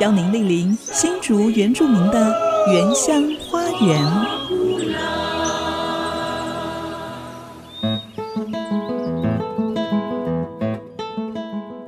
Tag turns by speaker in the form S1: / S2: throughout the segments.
S1: 邀您莅临新竹原住民的原乡花园。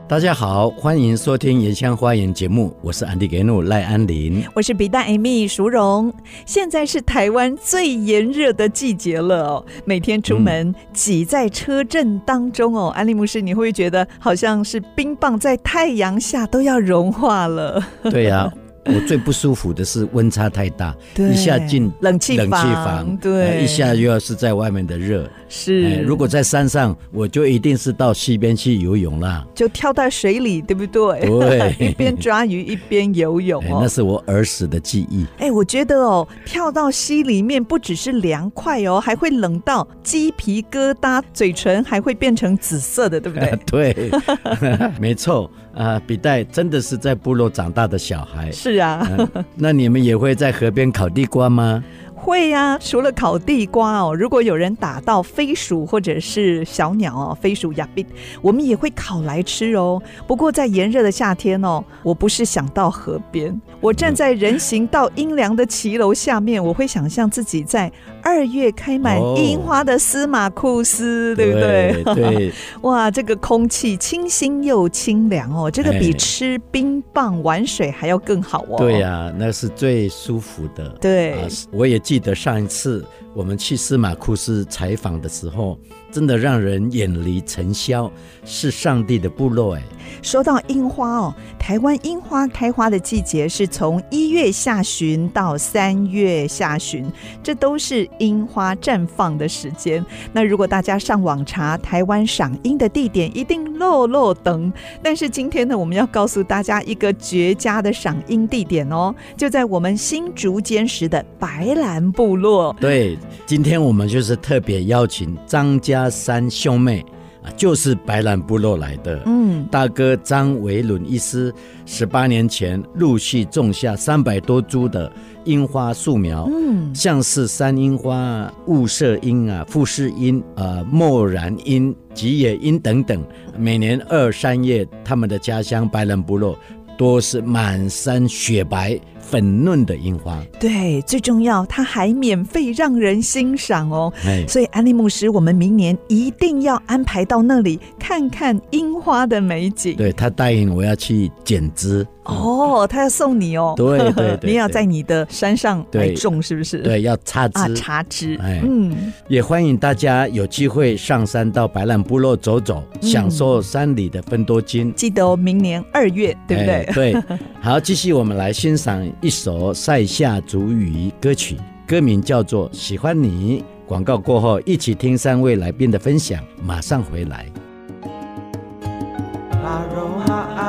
S2: 大家好，欢迎收听《原乡花园》节目，我是安迪给努赖安 林。
S1: 我是鼻蛋 Amy 淑荣，现在是台湾最炎热的季节了哦，每天出
S2: 嗯
S1: 门挤在车阵当中哦，安利牧师，你会不会觉得好像是冰棒在太阳下都要融化了？
S2: 对呀、我最不舒服的是温差太大，
S1: 对
S2: 一下进
S1: 冷气
S2: 冷气
S1: 房
S2: 房，
S1: 对嗯
S2: 呃一下又要是在外面的热。
S1: 是，
S2: 哎如果在山上，我就一定是到溪边去游泳啦。
S1: 就跳到水里，对不对？
S2: 对
S1: 一边抓鱼一边游泳
S2: 哎
S1: 哦
S2: 那。是我儿时的记忆。
S1: 哎、我觉得哦，跳到溪里面不只是凉快哦，还会冷到鸡皮疙瘩，嘴唇还会变成紫色的，对不对？
S2: 对， 没错啊、比代真的是在部落长大的小孩。
S1: 是啊，
S2: 嗯那你们也会在河边烤地瓜吗？
S1: 会呀、除了烤地瓜哦，如果有人打到飞鼠或者是小鸟哦，飞鼠亚比，我们也会烤来吃哦。不过在炎热的夏天哦，我不是想到河边，我站在人行道阴凉的骑楼下面，我会想象自己在二月开满
S2: 哦
S1: 樱花的司马库斯，对不对？
S2: 嗯对对
S1: 哇，这个空气清新又清凉哦，这个比
S2: 哎
S1: 吃冰棒玩水还要更好哦。
S2: 对呀、那是最舒服的。
S1: 对
S2: 啊，我也记得上一次我们去司马库斯采访的时候，真的让人远离尘嚣，是上帝的部落哎。
S1: 说到樱花哦，台湾樱花开花的季节是从一月下旬到三月下旬，这都是樱花绽放的时间。那如果大家上网查台湾赏樱的地点，一定漏漏等。但是今天呢，我们要告诉大家一个绝佳的赏樱地点哦，就在我们新竹坚实的白兰部落。
S2: 对，今天我们就是特别邀请张家三兄妹啊，就是白兰部落来的。
S1: 嗯，
S2: 大哥张维伦医师十八年前陆续种下三百多株的樱花树苗，
S1: 嗯
S2: 像是山樱花、雾社樱啊、富士樱啊、墨然樱、吉野樱等等，每年二三月，他们的家乡白兰部落多是满山雪白粉嫩的樱花。
S1: 对，最重要，它还免费让人欣赏哦。
S2: 哎，
S1: 所以安利牧师，我们明年一定要安排到那里看看樱花的美景。
S2: 对他答应我要去剪枝，
S1: 哦，他要送你哦。
S2: 对 对对对
S1: 你也要在你的山上来
S2: 对
S1: 种，是不是？
S2: 对，要插枝。
S1: 啊，茶枝。
S2: 哎
S1: 嗯，
S2: 也欢迎大家有机会上山到白兰部落走走，享受山里的分多金。
S1: 记得哦，明年二月，对不对？
S2: 哎对，好，继续我们来欣赏一首塞夏族语歌曲，歌名叫做《喜欢你》。广告过后，一起听三位来宾的分享，马上回来。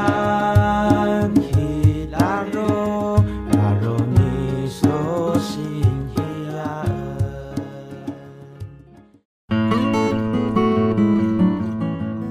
S3: Larohaan hilaro, laro niso sin hilaan.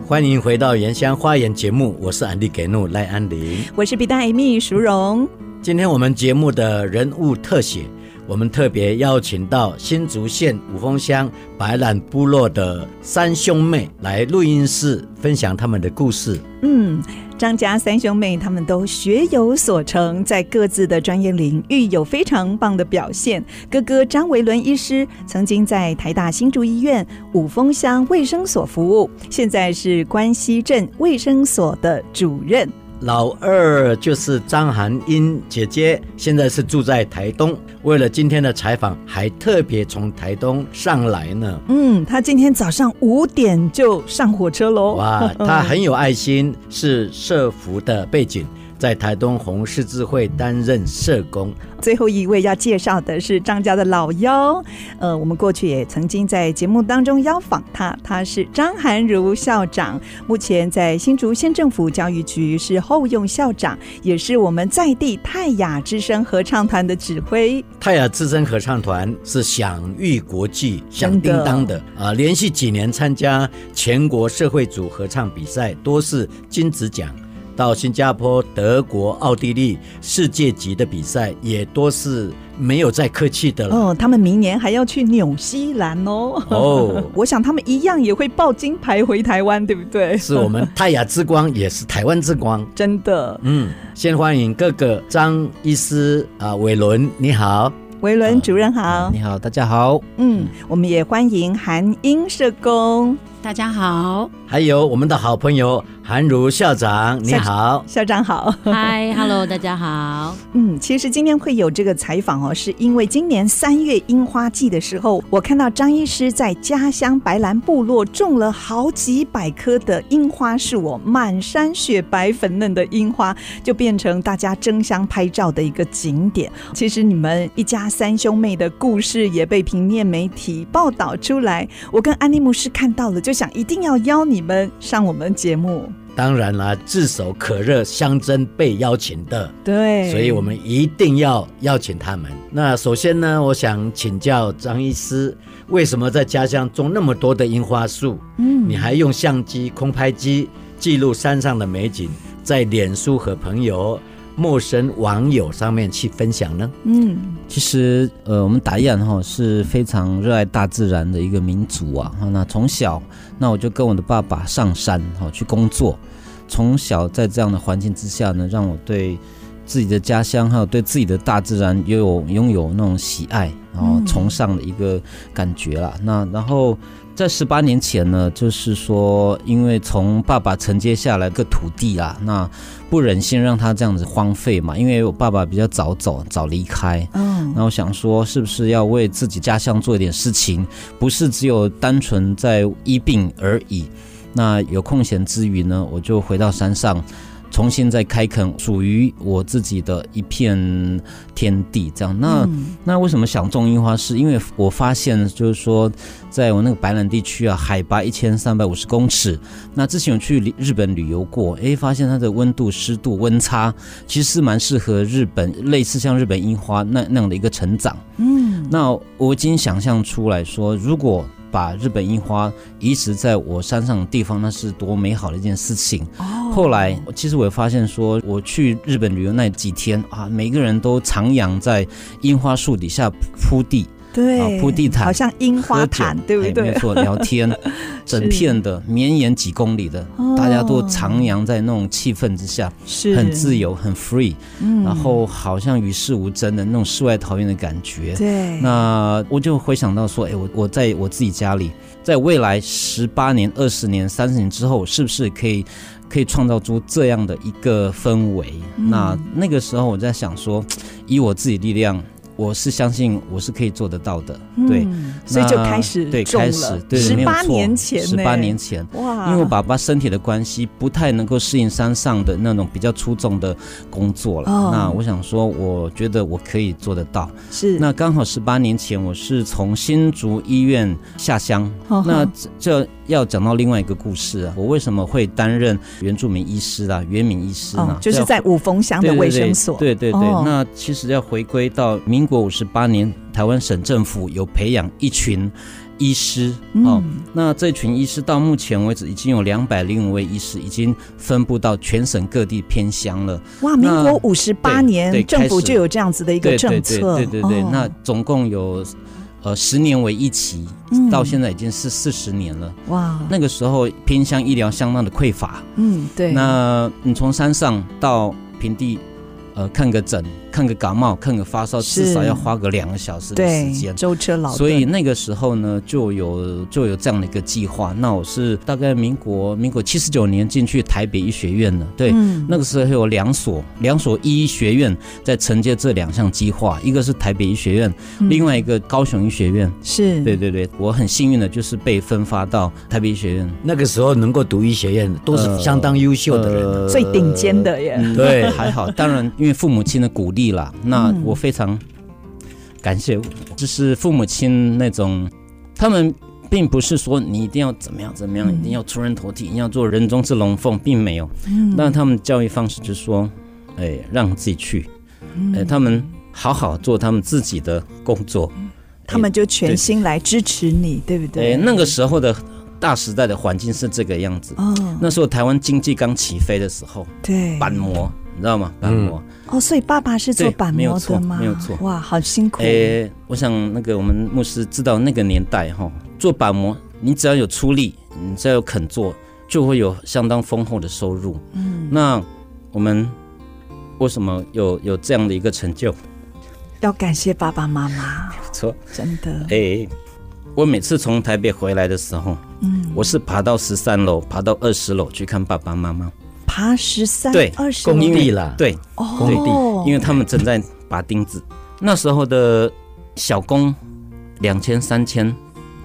S2: 欢迎回到《原乡花园》节目，我是安迪给诺赖安林。
S1: 我是 B 大 Amy 淑荣。
S2: 今天我们节目的人物特写，我们特别邀请到新竹县五峰乡白兰部落的三兄妹来录音室分享他们的故事。
S1: 嗯，张家三兄妹他们都学有所成，在各自的专业领域有非常棒的表现。哥哥张维伦医师曾经在台大新竹医院五峰乡卫生所服务，现在是关西镇卫生所的主任。
S2: 老二就是张含英姐姐，现在是住在台东。为了今天的采访，还特别从台东上来呢。
S1: 嗯，他今天早上五点就上火车喽。
S2: 哇，她很有爱心，是社服的背景，在台东红十字会担任社工。
S1: 最后一位要介绍的是张家的老幺，呃，我们过去也曾经在节目当中邀访他，他是张涵如校长，目前在新竹县政府教育局是后勇校长，也是我们在地泰雅之声合唱团的指挥。
S2: 泰雅之声合唱团是享誉国际、响叮当的啊、连续几年参加全国社会组合唱比赛，多是金质奖。到新加坡、德国、奥地利世界级的比赛，也多是没有再客气的了。
S1: 哦，他们明年还要去纽西兰哦。
S2: 哦
S1: 我想他们一样也会抱金牌回台湾，对不对？
S2: 是我们泰雅之光，也是台湾之光。
S1: 真的，
S2: 嗯，先欢迎各个张医师啊，伟伦你好，
S1: 维伦主任好。
S4: 你好，大家好。
S1: 嗯，我们也欢迎韩英社工
S5: 大家好，
S2: 还有我们的好朋友韩如校长你好，
S1: 校长好。
S5: 嗨，hello，大家好。
S1: 嗯，其实今天会有这个采访哦，是因为今年三月樱花季的时候，我看到张医师在家乡白兰部落种了好几百棵的樱花树哦，满山雪白粉嫩的樱花，就变成大家争相拍照的一个景点。其实你们一家三兄妹的故事也被平面媒体报道出来，我跟安利牧师看到了，就想一定要邀你们上我们节目。
S2: 当然啦，炙手可热，相争被邀请的。
S1: 对，
S2: 所以我们一定要邀请他们。那首先呢，我想请教张医师，为什么在家乡种那么多的樱花树？
S1: 嗯
S2: 你还用相机、空拍机记录山上的美景，在脸书和朋友、陌生网友上面去分享呢？
S1: 嗯
S4: 其实，呃，我们达彦哈是非常热爱大自然的一个民族啊。哈那从小，那我就跟我的爸爸上山哈去工作。从小在这样的环境之下呢，让我对自己的家乡还有对自己的大自然也有拥有那种喜爱，然后
S1: 嗯
S4: 崇尚的一个感觉啦。那然后在十八年前呢，就是说，因为从爸爸承接下来一个土地啦，那不忍心让他这样子荒废嘛，因为我爸爸比较早走，早离开。
S1: 嗯
S4: 那我想说，是不是要为自己家乡做一点事情？不是只有单纯在医病而已。那有空闲之余呢，我就回到山上，重新再开垦属于我自己的一片天地。这样，那、
S1: 嗯
S4: 那为什么想种樱花是？因为我发现，就是说，在我那个白兰地区啊，海拔一千三百五十公尺。那之前有去旅日本旅游过，诶，发现它的温度、湿度、温差其实是蛮适合日本，类似像日本樱花那那样的一个成长。
S1: 嗯
S4: 那我已经想象出来说，如果把日本樱花移植在我山上的地方，那是多美好的一件事情。
S1: 哦
S4: 后来，其实我也发现说，我去日本旅游那几天啊，每个人都徜徉在樱花树底下铺地，
S1: 对，
S4: 啊铺地毯
S1: 好像樱花
S4: 喝酒
S1: 毯，对不
S4: 哎没
S1: 对？
S4: 错，聊 天，整片的绵延几公里的
S1: 哦，
S4: 大家都徜徉在那种气氛之下，
S1: 是
S4: 很自，由，很 free，
S1: 嗯
S4: 然后好像与世无争的那种世外桃源的感觉。
S1: 对，
S4: 那我就回想到说，哎，我我在我自己家里，在未来十八年、二十年、三十年之后，是不是可以可以创造出这样的一个氛围？
S1: 嗯
S4: 那那个时候我在想说，以我自己力量，我是相信我是可以做得到的。对，
S1: 嗯所以就开始
S4: 对
S1: 种
S4: 开
S1: 了
S4: 始对
S1: 十八年前
S4: 十
S1: 呢，啊
S4: 八年前。
S1: 哇，
S4: 因为我爸爸身体的关系，不太能够适应山上的那种比较出众的工作了。
S1: 哦
S4: 那我想说，我觉得我可以做得到。
S1: 是
S4: 那刚好十八年前，我是从新竹医院下乡。
S1: 哦
S4: 那这这要讲到另外一个故事啊，我为什么会担任原住民医师啊，原民医师呢、
S1: 哦，就是
S4: 要
S1: 在五峰乡的
S4: 对对
S1: 卫
S4: 对
S1: 生所，
S4: 对对对，
S1: 哦
S4: 那其实要回归到民国五十八年，台湾省政府有培养一群医师、哦，
S1: 嗯，
S4: 那这群医师到目前为止已经有两百零五位医师，已经分布到全省各地偏乡了。
S1: 哇，民
S4: 那
S1: 国五十八
S4: 对对
S1: 年政府
S4: 开始
S1: 就有这样子的一个
S4: 对
S1: 政
S4: 对对
S1: 策，
S4: 对对对，
S1: 哦
S4: 那总共有呃十年为一期
S1: 嗯，
S4: 到现在已经是四十年了。
S1: 哇，
S4: 那个时候偏乡医疗相当的匮乏，
S1: 嗯对，
S4: 那你从山上到平地。呃，看个诊，看个感冒，看个发烧，
S1: 是
S4: 至少要花个两个小时的时
S1: 对
S4: 间。
S1: 舟车劳顿，
S4: 所以那个时候呢，就有就有这样的一个计划。那我是大概民国民国七十九年进去台北医学院的，对。
S1: 嗯
S4: 那个时候有两所两所医学院在承接这两项计划，一个是台北医学院，
S1: 嗯
S4: 另外一个高雄医学院。
S1: 是
S4: 对对对，我很幸运的就是被分发到台北医学院，
S2: 那个时候能够读医学院，都是相当优秀的人。啊
S4: 呃
S1: 最顶尖的耶，
S4: 嗯
S2: 对
S4: 还好。当然，因为父母亲的鼓励啦，那
S1: 嗯
S4: 我非常感谢，就是父母亲那种，他们并不是说你一定要怎么样怎么样，
S1: 嗯
S4: 一定要出人头地，一定要做人中之龙凤，并没有。
S1: 嗯
S4: 但他们教育方式就是说，哎，让自己去，哎，他们好好做他们自己的工作。
S1: 他们就全心来支持你，对不
S4: 哎
S1: 对？，
S4: 那个时候的大时代的环境是这个样子。
S1: 哦，
S4: 那时候台湾经济刚起飞的时候，
S1: 对，
S4: 板模，你知道吗？板模，
S1: 哦，所以爸爸是做
S4: 对
S1: 板
S4: 没有
S1: 模
S4: 错
S1: 的吗？
S4: 没有错
S1: 哇，好辛苦。
S4: 诶、我想那个我们牧师知道那个年代哈，做板模，你只要有出力，你只要有肯做，就会有相当丰厚的收入。嗯，那我们为什么有有这样的一个成就？
S1: 要感谢爸爸妈妈，
S4: 错，
S1: 真的。
S4: 诶、我每次从台北回来的时候，嗯，我是爬到十三楼，爬到二十楼去看爸爸妈妈。
S1: 爬十三
S4: 对
S1: 二十
S2: 工
S4: 因
S2: 地
S4: 为
S2: 啦，
S4: 对，
S1: 哦，
S4: 因为他们正在拔钉子。那时候的小工两千三千，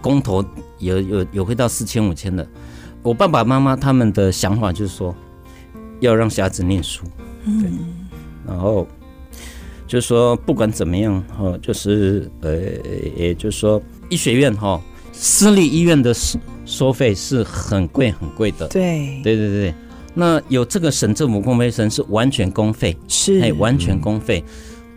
S4: 工头有有有会到四千五千的。我爸爸妈妈他们的想法就是说，要让小孩子念书，对，然后就说不管怎么样哦，就是呃，也就是说医学院哈、哦，私立医院的收收费是很贵很贵的，
S1: 对
S4: 对对对。那有这个省政府公费生是完全公费，
S1: 是
S4: 哎，完全公费，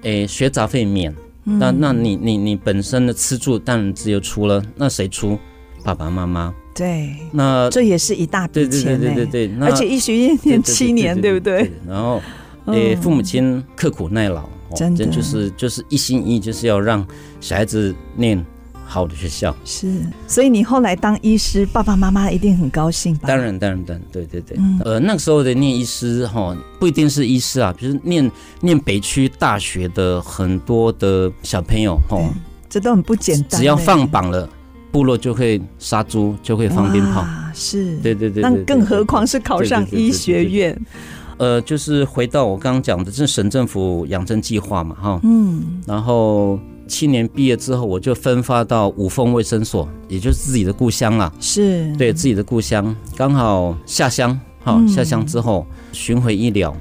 S4: 哎，学杂费免。
S1: 嗯
S4: 那那你你你本身的吃住当然自由出了，那谁出？爸爸妈妈。
S1: 对，
S4: 那
S1: 这也是一大
S4: 对
S1: 笔
S4: 对对
S1: 钱
S4: 对对
S1: 呢。
S4: 对，那
S1: 而且医学院
S4: 对
S1: 念七年，对不对？？
S4: 然后，哎，
S1: 嗯
S4: 父母亲刻苦耐劳，哦
S1: 真的
S4: 这就是就是一心一意，就是要让小孩子念好的学校。
S1: 是，所以你后来当医师，爸爸妈妈一定很高兴吧？
S4: 当，然，当然，当然，对对对。
S1: 嗯
S4: 呃，那个时候的念医师哈、不一定是医师啊，比如念念北区大学的很多的小朋友哈、
S1: 对这都很不简单呢。
S4: 只要放榜了，部落就会杀猪，就会放鞭炮。
S1: 哇，是，
S4: 对对对对
S1: 那
S4: 对
S1: 更何
S4: 对
S1: 况是考
S4: 对对
S1: 上
S4: 对对
S1: 医
S4: 对
S1: 学
S4: 对对
S1: 院，
S4: 呃，就是回到我刚刚讲的，这是省政府养生计划嘛，哈。
S1: 嗯，
S4: 然后七年毕业之后，我就分发到五凤卫生所，也就是自己的故乡啦，
S1: 是，
S4: 对自己的故乡，刚好下乡，哈，
S1: 嗯
S4: 下乡之后巡回医疗。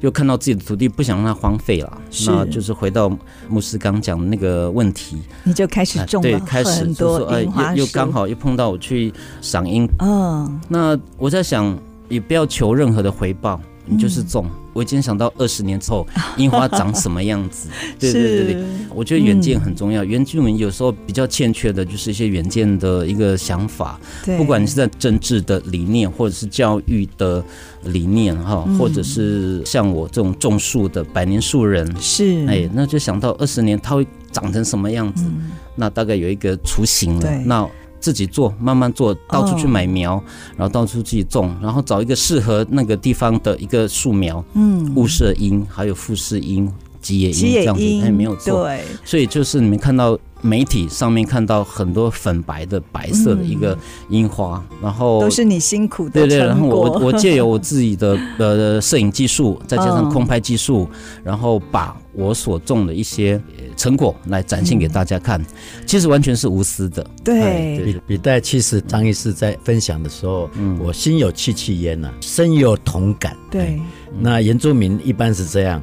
S4: 又看到自己的土地，不想让它荒废了，
S1: 是
S4: 那就是回到牧师刚讲的那个问题，
S1: 你就开始
S4: 啊
S1: 种
S4: 对，
S1: 了
S4: 开始
S1: 很
S4: 就说
S1: 多
S4: 哎，
S1: 樱花
S4: 又又
S1: 树，
S4: 刚好又碰到我去赏樱
S1: 嗯，
S4: 那我在想，也不要求任何的回报，你
S1: 嗯
S4: 就是种。我已经想到二十年之 后樱花长什么样子。对对对对，
S1: 是
S4: 我觉得远见很重
S1: 嗯
S4: 要。原住民有时候比较欠缺的就是一些远见的一个想法，
S1: 对，
S4: 不管你是在政治的理念，或者是教育的理念哈，或
S1: 嗯
S4: 者是像我这种种树的百年树人。
S1: 是，
S4: 哎，那就想到二十年它会长成什么样子，
S1: 嗯，
S4: 那大概有一个雏形了
S1: 对。哦
S4: 那自己做，慢慢做，到处去买苗，然后到处自己种，然后找一个适合那个地方的一个树苗，
S1: 嗯，
S4: 雾社樱，还有富士樱、吉野樱
S1: 吉
S4: 这
S1: 野
S4: 样子，
S1: 樱
S4: 哎，没有错。
S1: 对，
S4: 所以就是你们看到媒体上面看到很多粉白的白色的一个樱花，然
S1: 嗯
S4: 后
S1: 都是你辛苦的
S4: 对对，然
S1: 成
S4: 后我
S1: 果，
S4: 我借由我自己的呃摄影技术，再加
S1: 嗯
S4: 上空拍技术，然后把我所种的一些呃成果来展现给大家
S1: 嗯
S4: 看，其实完全是无私的。哎
S1: 对，
S4: 对
S2: 比比代其实张医师在分享的时候，我心有戚戚焉呐、深有同感。哎
S1: 对，
S2: 那原住民一般是这样，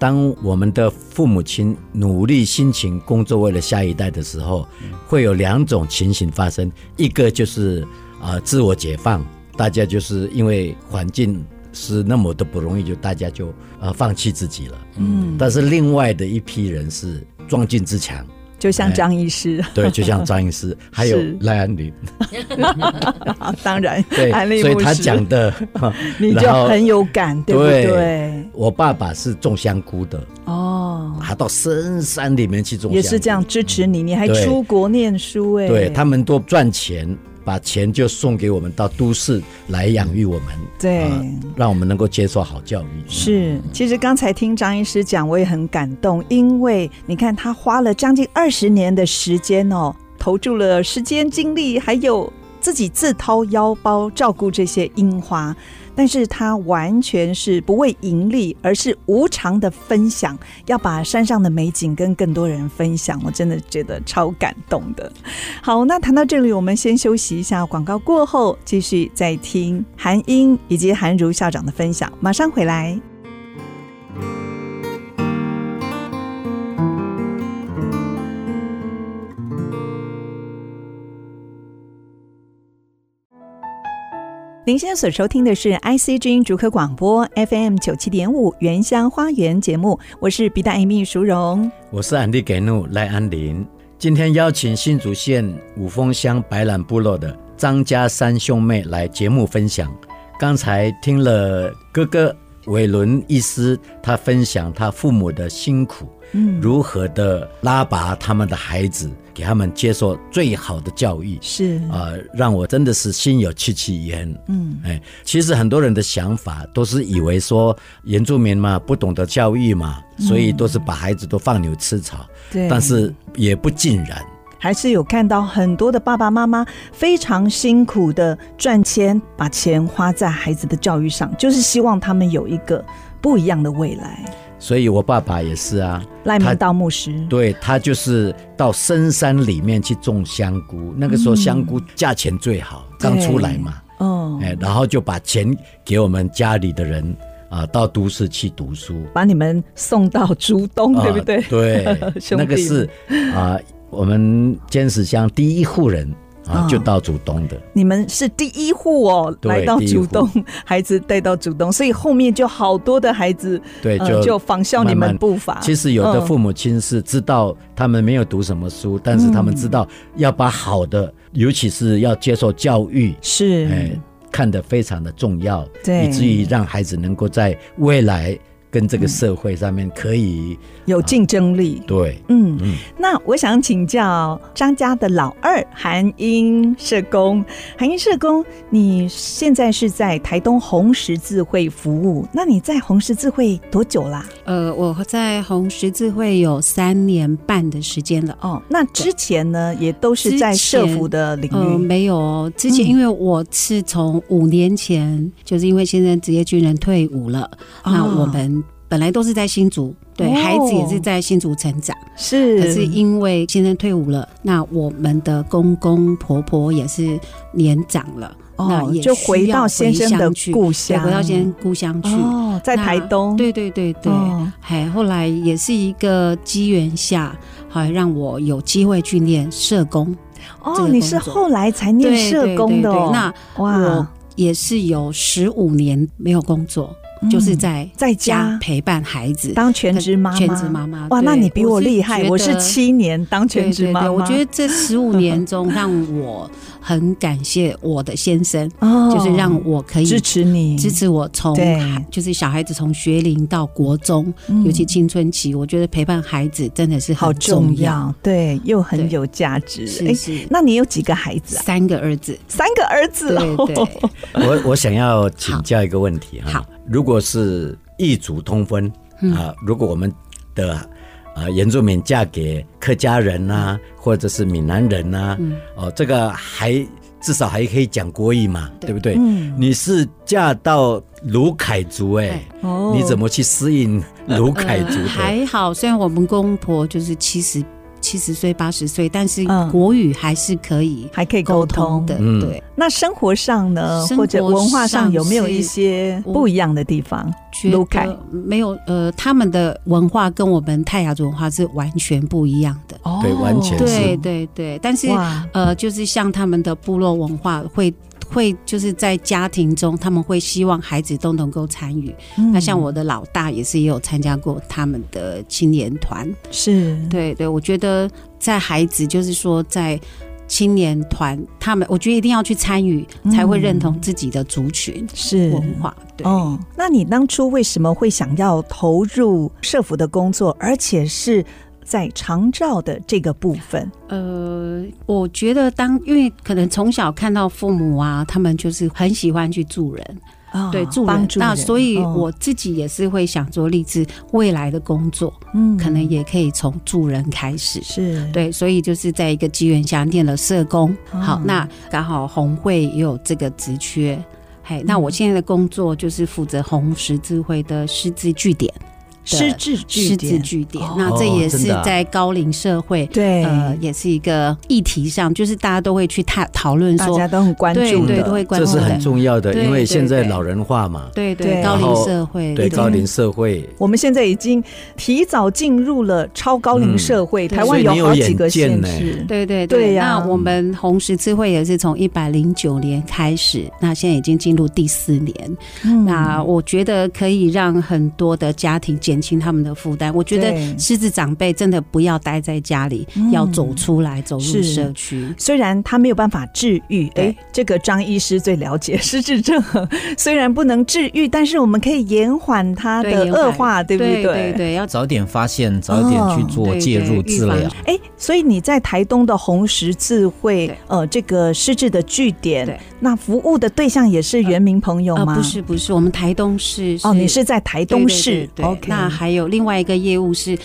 S2: 当我们的父母亲努力辛勤工作，为了下一代的时候，会有两种情形发生，一个就是啊、呃自我解放，大家就是因为环境。是那么的不容易，就大家就呃放弃自己了。
S1: 嗯，
S2: 但是另外的一批人是撞进自强，
S1: 就像张医师，
S2: 对，就像张医师，还有赖安林，
S4: 哎
S1: 当然，
S2: 对
S1: 安利，
S2: 所以
S1: 牧
S2: 他
S1: 师
S2: 讲 的，
S1: 你就
S2: 然后
S1: 很有感，对不
S2: 对
S1: 对？
S2: 我爸爸是种香菇的，
S1: 哦，
S2: 爬到深山里面去种香菇，
S1: 也是这样支持你，你还
S2: 对
S1: 出国念书，哎，
S2: 对他们都赚钱，把钱就送给我们到都市来养育我们，
S1: 对
S2: 啊让我们能够接受好教育。
S1: 是，其实刚才听张医师讲，我也很感动，因为你看他花了将近二十年的时间哦，投注了时间、精力，还有自己自掏腰包照顾这些樱花，但是他完全是不为盈利，而是无偿的分享，要把山上的美景跟更多人分享，我真的觉得超感动的。好，那谈到这里，我们先休息一下，广告过后继续再听韩英以及韩如校长的分享，马上回来。您现在所收听的是 IC 之音竹科广播 FM 九七点五原乡花园节目，我是鼻大 Amy 淑荣。
S2: 我是安迪给怒赖安林，今天邀请新竹县五峰乡白兰部落的张家三兄妹来节目分享。刚才听了哥哥伟伦医师他分享他父母的辛苦，
S1: 嗯，
S2: 如何的拉拔他们的孩子，给他们接受最好的教育，
S1: 是，
S2: 啊、让我真的是心有戚戚焉。
S1: 嗯，
S2: 哎，其实很多人的想法都是以为说原住民嘛不懂得教育嘛，所以都是把孩子都放牛吃草，
S1: 嗯对。
S2: 但是也不尽然。
S1: 还是有看到很多的爸爸妈妈非常辛苦的赚钱，把钱花在孩子的教育上，就是希望他们有一个不一样的未来。
S2: 所以我爸爸也是啊，
S1: 赖明道牧师，
S2: 对他就是到深山里面去种香菇，那个时候香
S1: 嗯
S2: 菇价钱最好，刚出来嘛，
S1: 哦，
S2: 哎，然后就把钱给我们家里的人啊，到都市去读书，
S1: 把你们送到竹东，
S2: 啊
S1: 对不对？
S2: 对，
S1: 兄弟
S2: 那个是啊，我们尖石乡第一户人啊，
S1: 啊
S2: 就到竹东的。
S1: 你们是第一户哦，
S2: 对
S1: 来到
S2: 第一
S1: 竹
S2: 户
S1: 东，孩子带到竹东，所以后面就好多的孩子，
S2: 对，
S1: 呃
S2: 就、
S1: 就仿效你
S2: 慢
S1: 们
S2: 慢
S1: 步伐。
S2: 其实有的
S1: 嗯
S2: 父母亲是知道他们没有读什么书，但是他们知
S1: 嗯
S2: 道要把好的，尤其是要接受教育，
S1: 是，
S2: 哎，看得非常的重要，
S1: 嗯对
S2: 以至于让孩子能够在未来跟这个社会上面可以、
S1: 有竞争力。
S2: 对。
S1: 嗯
S2: 嗯，
S1: 那我想请教张家的老二韩英社工，韩英社工，你现在是在台东红十字会服务，那你在红十字会多久啦、
S5: 呃，我在红十字会有三年半的时间了。
S1: 哦，那之前呢，也都是在社服的领
S5: 呃，
S1: 域，
S5: 没有哦，之前
S1: 嗯
S5: 因为我是从五年前，就是因为现在职业军人退伍了，那
S1: 哦
S5: 我们本来都是在新竹，对、
S1: 哦
S5: 孩子也是在新竹成长。
S1: 是
S5: 可是因为现在退伍了，那我们的公公婆婆也是年长了，那
S1: 哦
S5: 也，
S1: 就回到先生的
S5: 需要
S1: 故
S5: 对，
S1: 乡，
S5: 回到先故乡去。
S1: 哦，在台东，
S5: 那对对对对，
S1: 哦
S5: 还后来也是一个机缘下，还让我有机会去念社工，这
S1: 哦，
S5: 个
S1: 你是
S5: 工作
S1: 后来才念
S5: 对
S1: 社工的
S5: 对对
S1: 哦，
S5: 对那我
S1: 哇，
S5: 也是有十五年没有工作，
S1: 嗯
S5: 就是在
S1: 在
S5: 家
S1: 家
S5: 陪伴孩子，
S1: 当全职妈妈，
S5: 全职妈妈。
S1: 哇，
S5: 对
S1: 那你比我
S5: 是
S1: 厉害，
S5: 觉
S1: 我是
S5: 得
S1: 七年当全职妈妈，
S5: 对对对，我觉得这十五年中，让我很感谢我的先生，
S1: 哦
S5: 就是让我可以
S1: 支持你，
S5: 支持我从
S1: 对
S5: 孩就是小孩子从学龄到国中，
S1: 嗯
S5: 尤其青春期，我觉得陪伴孩子真的是
S1: 好
S5: 很
S1: 重
S5: 要。
S1: 要，对，又很
S5: 对
S1: 有价值。哎
S5: 是是，
S1: 那你有几个孩子啊？
S5: 三个 儿子，
S1: 三个儿子
S5: 对
S1: 哦，
S5: 对，
S2: 我我想要请教一个问题哈
S5: 好，
S2: 如果是异族通婚
S5: 嗯
S2: 啊、如果我们的啊、原住民嫁给客家人呐、或者是闽南人呐、
S5: 嗯
S2: 哦，这个还至少还可以讲国语嘛，对
S5: 对
S2: 不对？
S1: 嗯
S2: 你是嫁到卢凯族哎、
S1: 哦
S2: 你怎么去适应卢凯族
S5: 呃
S2: 的？
S5: 还好，虽然我们公婆就是七十七十岁八十岁，但是
S1: 嗯
S5: 国语还是可以
S1: 还可以
S5: 沟
S1: 沟
S5: 通
S1: 通
S5: 的，
S2: 嗯
S5: 对，
S1: 那生活上呢，
S5: 生活
S1: 或者文化上有没有一些
S5: 是
S1: 不一样的地方？
S5: 觉
S1: 卢凯
S5: 得没有呃，他们的文化跟我们泰雅族文化是完全不一样的。
S1: 哦
S2: 对完全是
S5: 对对对，但是
S1: 哇，
S5: 呃，就是像他们的部落文化会。会就是在家庭中，他们会希望孩子都能够参与。
S1: 嗯
S5: 那像我的老大也是也有参加过他们的青年团。
S1: 嗯是
S5: 对对，我觉得在孩子就是说在青年团，他们我觉得一定要去参与，才会认同自己的族群
S1: 嗯是
S5: 文化。对，
S1: 哦，那你当初为什么会想要投入社服的工作，而且是在长照的这个部分？
S5: 呃，我觉得当因为可能从小看到父母啊，他们就是很喜欢去助人，
S1: 啊
S5: 对助
S1: 帮
S5: 人，
S1: 助
S5: 那
S1: 人
S5: 所以
S1: 哦
S5: 我自己也是会想说，立志未来的工作
S1: 嗯
S5: 可能也可以从助人开始。
S1: 是
S5: 对，所以就是在一个机缘下念了社工，
S1: 哦
S5: 好，那刚好红会也有这个职
S1: 嗯
S5: 缺，嘿，那我现在的工作就是负责红十字会的师资据点，
S1: 失
S5: 的
S1: 智
S5: 师
S1: 据
S5: 资
S1: 点，
S5: 据点
S1: 哦。
S5: 那这也
S4: 真
S5: 是
S4: 的啊
S5: 在高龄社会，
S1: 对，
S5: 呃，也是一个议题上，就是大家都会去探讨论
S1: 大
S5: 说
S1: 家，都很关
S5: 对
S1: 注
S5: 对
S1: 的，
S5: 都会关
S2: 这
S5: 注
S2: 是很
S5: 的。
S2: 重要的，
S5: 对
S2: 因为
S5: 对
S2: 现在
S5: 对
S2: 老人化嘛，
S5: 对
S1: 对
S5: 对，高
S2: 然后
S5: 龄社会，
S2: 对
S1: 对
S2: 高龄社会，
S1: 我们现在已经提早进入了超高龄社会，
S5: 对
S1: 台湾
S2: 嗯所以你有
S1: 好几个
S2: 眼见
S1: 县
S2: 呢
S1: 市。
S5: 对对
S1: 对呀
S5: 那我们红十字会也是从一百零九年开始，那现在已经进入第四年。
S1: 嗯
S5: 那我觉得可以让很多的家庭减轻他们的负担。我觉
S1: 对
S5: 得狮子长辈真的不要待在家里，
S1: 嗯
S5: 要走出来，走入
S1: 是
S5: 社区。
S1: 虽然他没有办法治愈，
S5: 对
S1: 哎，这个张医师最了解失智症，虽然不能治愈，但是我们可以延缓它
S5: 对
S1: 的
S5: 延缓
S1: 恶化，对不
S5: 对对
S1: 对？
S5: 对，要
S4: 早点发现，早点去做
S1: 哦
S5: 对
S4: 介
S5: 对预
S4: 入治
S5: 防
S4: 疗。
S1: 哎，所以你在台东的红十字会
S5: 对，
S1: 呃，这个失智的据点
S5: 对，
S1: 那服务的对象也是原民朋友
S5: 呃，
S1: 吗？
S5: 不是不是，我们台东市
S1: 哦，你是在台
S5: 对
S1: 东
S5: 对
S1: 市
S5: 对对
S1: ，OK，
S5: 那还有另外一个业务是。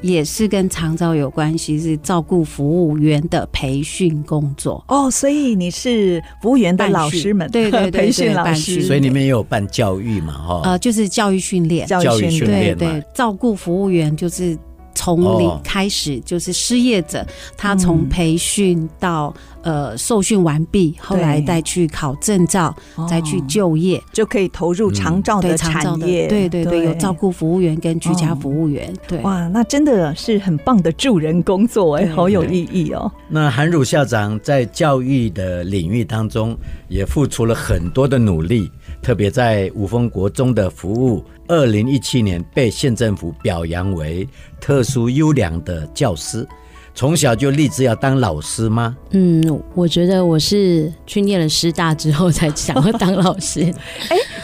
S5: 也是跟长照有关系，是照顾服务员的培训工作。
S1: 哦，所以你是服务员的老师们，
S5: 办训对对对
S1: 培训老
S5: 办
S1: 师，
S5: 训
S2: 所以你们也有办教育嘛，哈、
S5: 呃，就是教育训练，
S1: 教
S2: 教育
S1: 训
S2: 训
S1: 练。
S5: 对
S2: 练嘛
S5: 对，照顾服务员就是从
S2: 哦
S5: 零开始，就是失业者，他从
S1: 嗯
S5: 培训到、呃受训完毕，后来再去考证照，再去
S1: 哦
S5: 就业，
S1: 就可以投入长照哦
S5: 对
S1: 的
S5: 长照
S1: 产
S5: 的，
S1: 业，哦
S5: 对对对，有照。顾服务员跟居家服务员，对，
S1: 哇，那真的是很棒的助人工作哎，
S5: 对
S1: 好有
S5: 对
S1: 意义哦。
S2: 那韩汝校长在教育的领域当中也付出了很多的努力，特别在五峰国中的服务，二零一七年被县政府表扬为特殊优良的教师。从小就立志要当老师吗？
S6: 嗯，我觉得我是去念了师大之后才想要当老 师，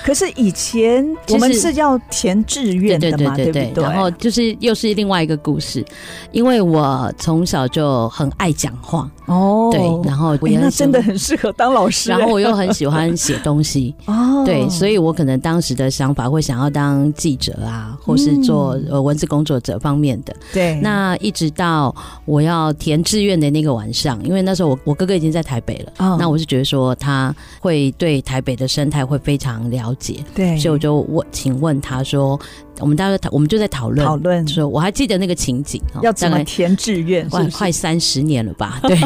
S1: 可是以前
S6: 其实
S1: 我们是要填志愿的嘛，
S6: 对
S1: 不对？
S6: 然后就是又是另外一个故事，因为我从小就很爱讲话，
S1: 哦，
S6: 对，然后我
S1: 哎
S6: 也很
S1: 那
S6: 喜
S1: 真
S6: 欢
S1: 的，很适合当老师哎。
S6: 然后我又很喜欢写 东西，
S1: 哦，
S6: 对，所以我可能当时的想法会想要当记者啊，或是做
S1: 嗯
S6: 呃文字工作者方面的。
S1: 对
S6: 那一直到我要填志愿的那个晚上，因为那时候我我哥哥已经在台北了，
S1: 哦
S6: 那我是觉得说他会对台北的生态会非常了解，
S1: 对，
S6: 所以我就问，请问他说，我们大概讨我们就在讨论
S1: 讨，论
S6: 说我还记得那个情景，哦
S1: 要怎
S6: 大
S1: 么
S6: 概
S1: 填志愿，是
S6: 快
S1: 不是
S6: 快三十年了吧？ 对，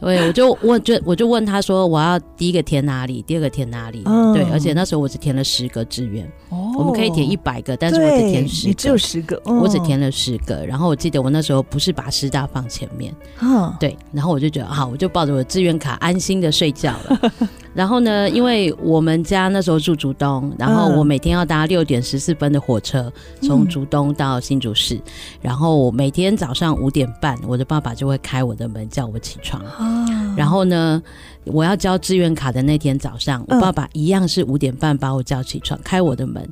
S6: 对，我就问，就我就问他说，我要第一个填哪里，第二个填哪里？
S1: 嗯
S6: 对，而且那时候我只填了十个志愿，
S1: 哦
S6: 我们可以填一百个，但是我
S1: 对，
S6: 只填十
S1: 你只有
S6: 个。
S1: 十个，
S6: 我只
S1: 嗯
S6: 填了十个，然后我记得我那时候不是把师大放前面，
S1: 啊，
S6: 对，然后我就觉得好，我就抱着我的志愿卡安心的睡觉了。 然后呢，因为我们家那时候住竹东，然后
S1: 嗯
S6: 我每天要搭六点十四分的火车从
S1: 嗯
S6: 竹东到新竹市，然后我每天早上五点半，我的爸爸就会开我的门叫我起床。
S1: 哦
S6: 然后呢，我要交志愿卡的那天早上，我
S1: 嗯
S6: 爸爸一样是五点半把我叫起床，开我的门。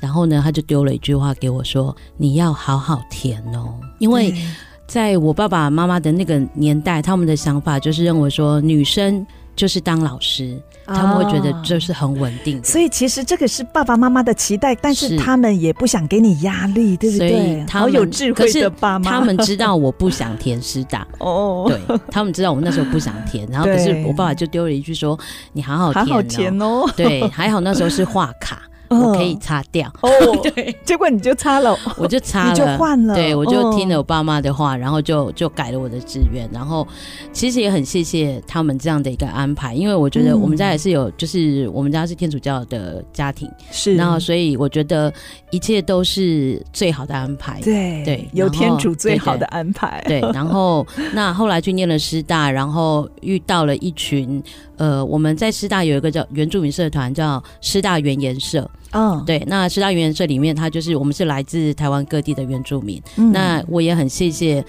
S6: 然后呢，他就丢了一句话给我说：“你要好好填哦，因为
S1: 对
S6: 在我爸爸妈妈的那个年代，他们的想法就是认为说女生就是当老师，他们会觉得
S1: 啊
S6: 这是很稳定的。
S1: 所以其实这个是爸爸妈妈的期待，但是
S6: 是
S1: 他们也不想给你压力，对不
S6: 所
S1: 对
S6: 以？他
S1: 好
S6: 们
S1: 有智慧的爸妈，
S6: 他们知道我不想填师大，
S1: 哦，
S6: 对他们知道我那时候不想填，然后
S1: 对
S6: 可是我爸爸就丢了一句说：“你好好
S1: 好
S6: 填、哦。
S1: 好填哦，
S6: 对，还好那时候是画 卡，
S1: 嗯
S6: 我可以擦掉，
S1: 哦，
S6: 对，
S1: 结果你就擦了，
S6: 我就擦
S1: 你就
S6: 了。
S1: 换了，
S6: 对，我就听了我
S1: 哦，
S6: 爸妈的话，然后就就改了我的志愿，然后其实也很谢谢他们这样的一个安排，因为我觉得
S1: 嗯
S6: 我们家也是有，就是我们家是天主教的家庭，
S1: 是，
S6: 然后所以我觉得一切都是最好的安排。
S1: 对
S6: 对
S1: 有
S6: 然后
S1: 天主最
S6: 对对
S1: 好的安排，
S6: 对，然后那后来去念了师大，然后遇到了一群呃，我们在师大有一个叫原住民社团，叫师大原研社。
S1: 嗯，
S6: 对，那师大原研社里面，它就是我们是来自台湾各地的原住民。
S1: 嗯
S6: 那我也很谢谢。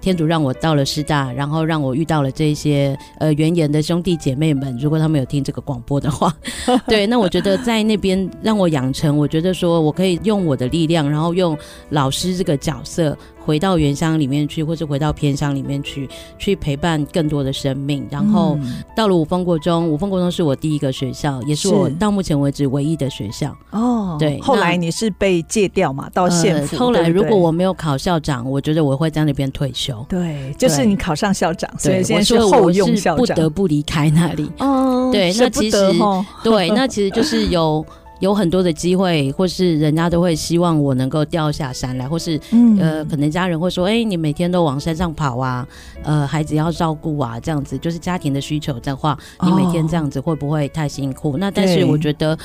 S6: 天主让我到了师大，然后让我遇到了这些呃原研的兄弟姐妹们。如果他们有听这个广播的话， 对，那我觉得在那边让我养成，我觉得说我可以用我的力量，然后用老师这个角色回到原乡里面去，或是回到偏乡里面去，去陪伴更多的生命。然后
S1: 嗯
S6: 到了五峰国中，五峰国中是我第一个学校，也是
S1: 是
S6: 我到目前为止唯一的学校。
S1: 哦，
S6: 对
S1: 后
S6: 那
S1: 来你是被戒掉嘛，到县府，
S6: 呃后来
S1: 对不
S6: 如
S1: 对
S6: 果我没有考校长，我觉得我会在那边退休。
S1: 对，就是
S6: 对
S1: 你考上校长，所以
S6: 对，
S1: 现在
S6: 我
S1: 是
S6: 说
S1: 后
S6: 我
S1: 用
S6: 是
S1: 校
S6: 不
S1: 长
S6: 得，不离开那里。
S1: 哦
S6: 对那
S1: 舍不
S6: 其
S1: 得
S6: 实
S1: 哦
S6: 对，那其实就是有有很多的机会，或是人家都会希望我能够掉下山来，或是
S1: 嗯
S6: 呃，可能家人会说，哎、你每天都往山上跑啊，呃，孩子要照顾啊，这样子就是家庭的需求的话，你每天这样子会不会太辛苦？那但是
S1: 哦对
S6: 我觉得，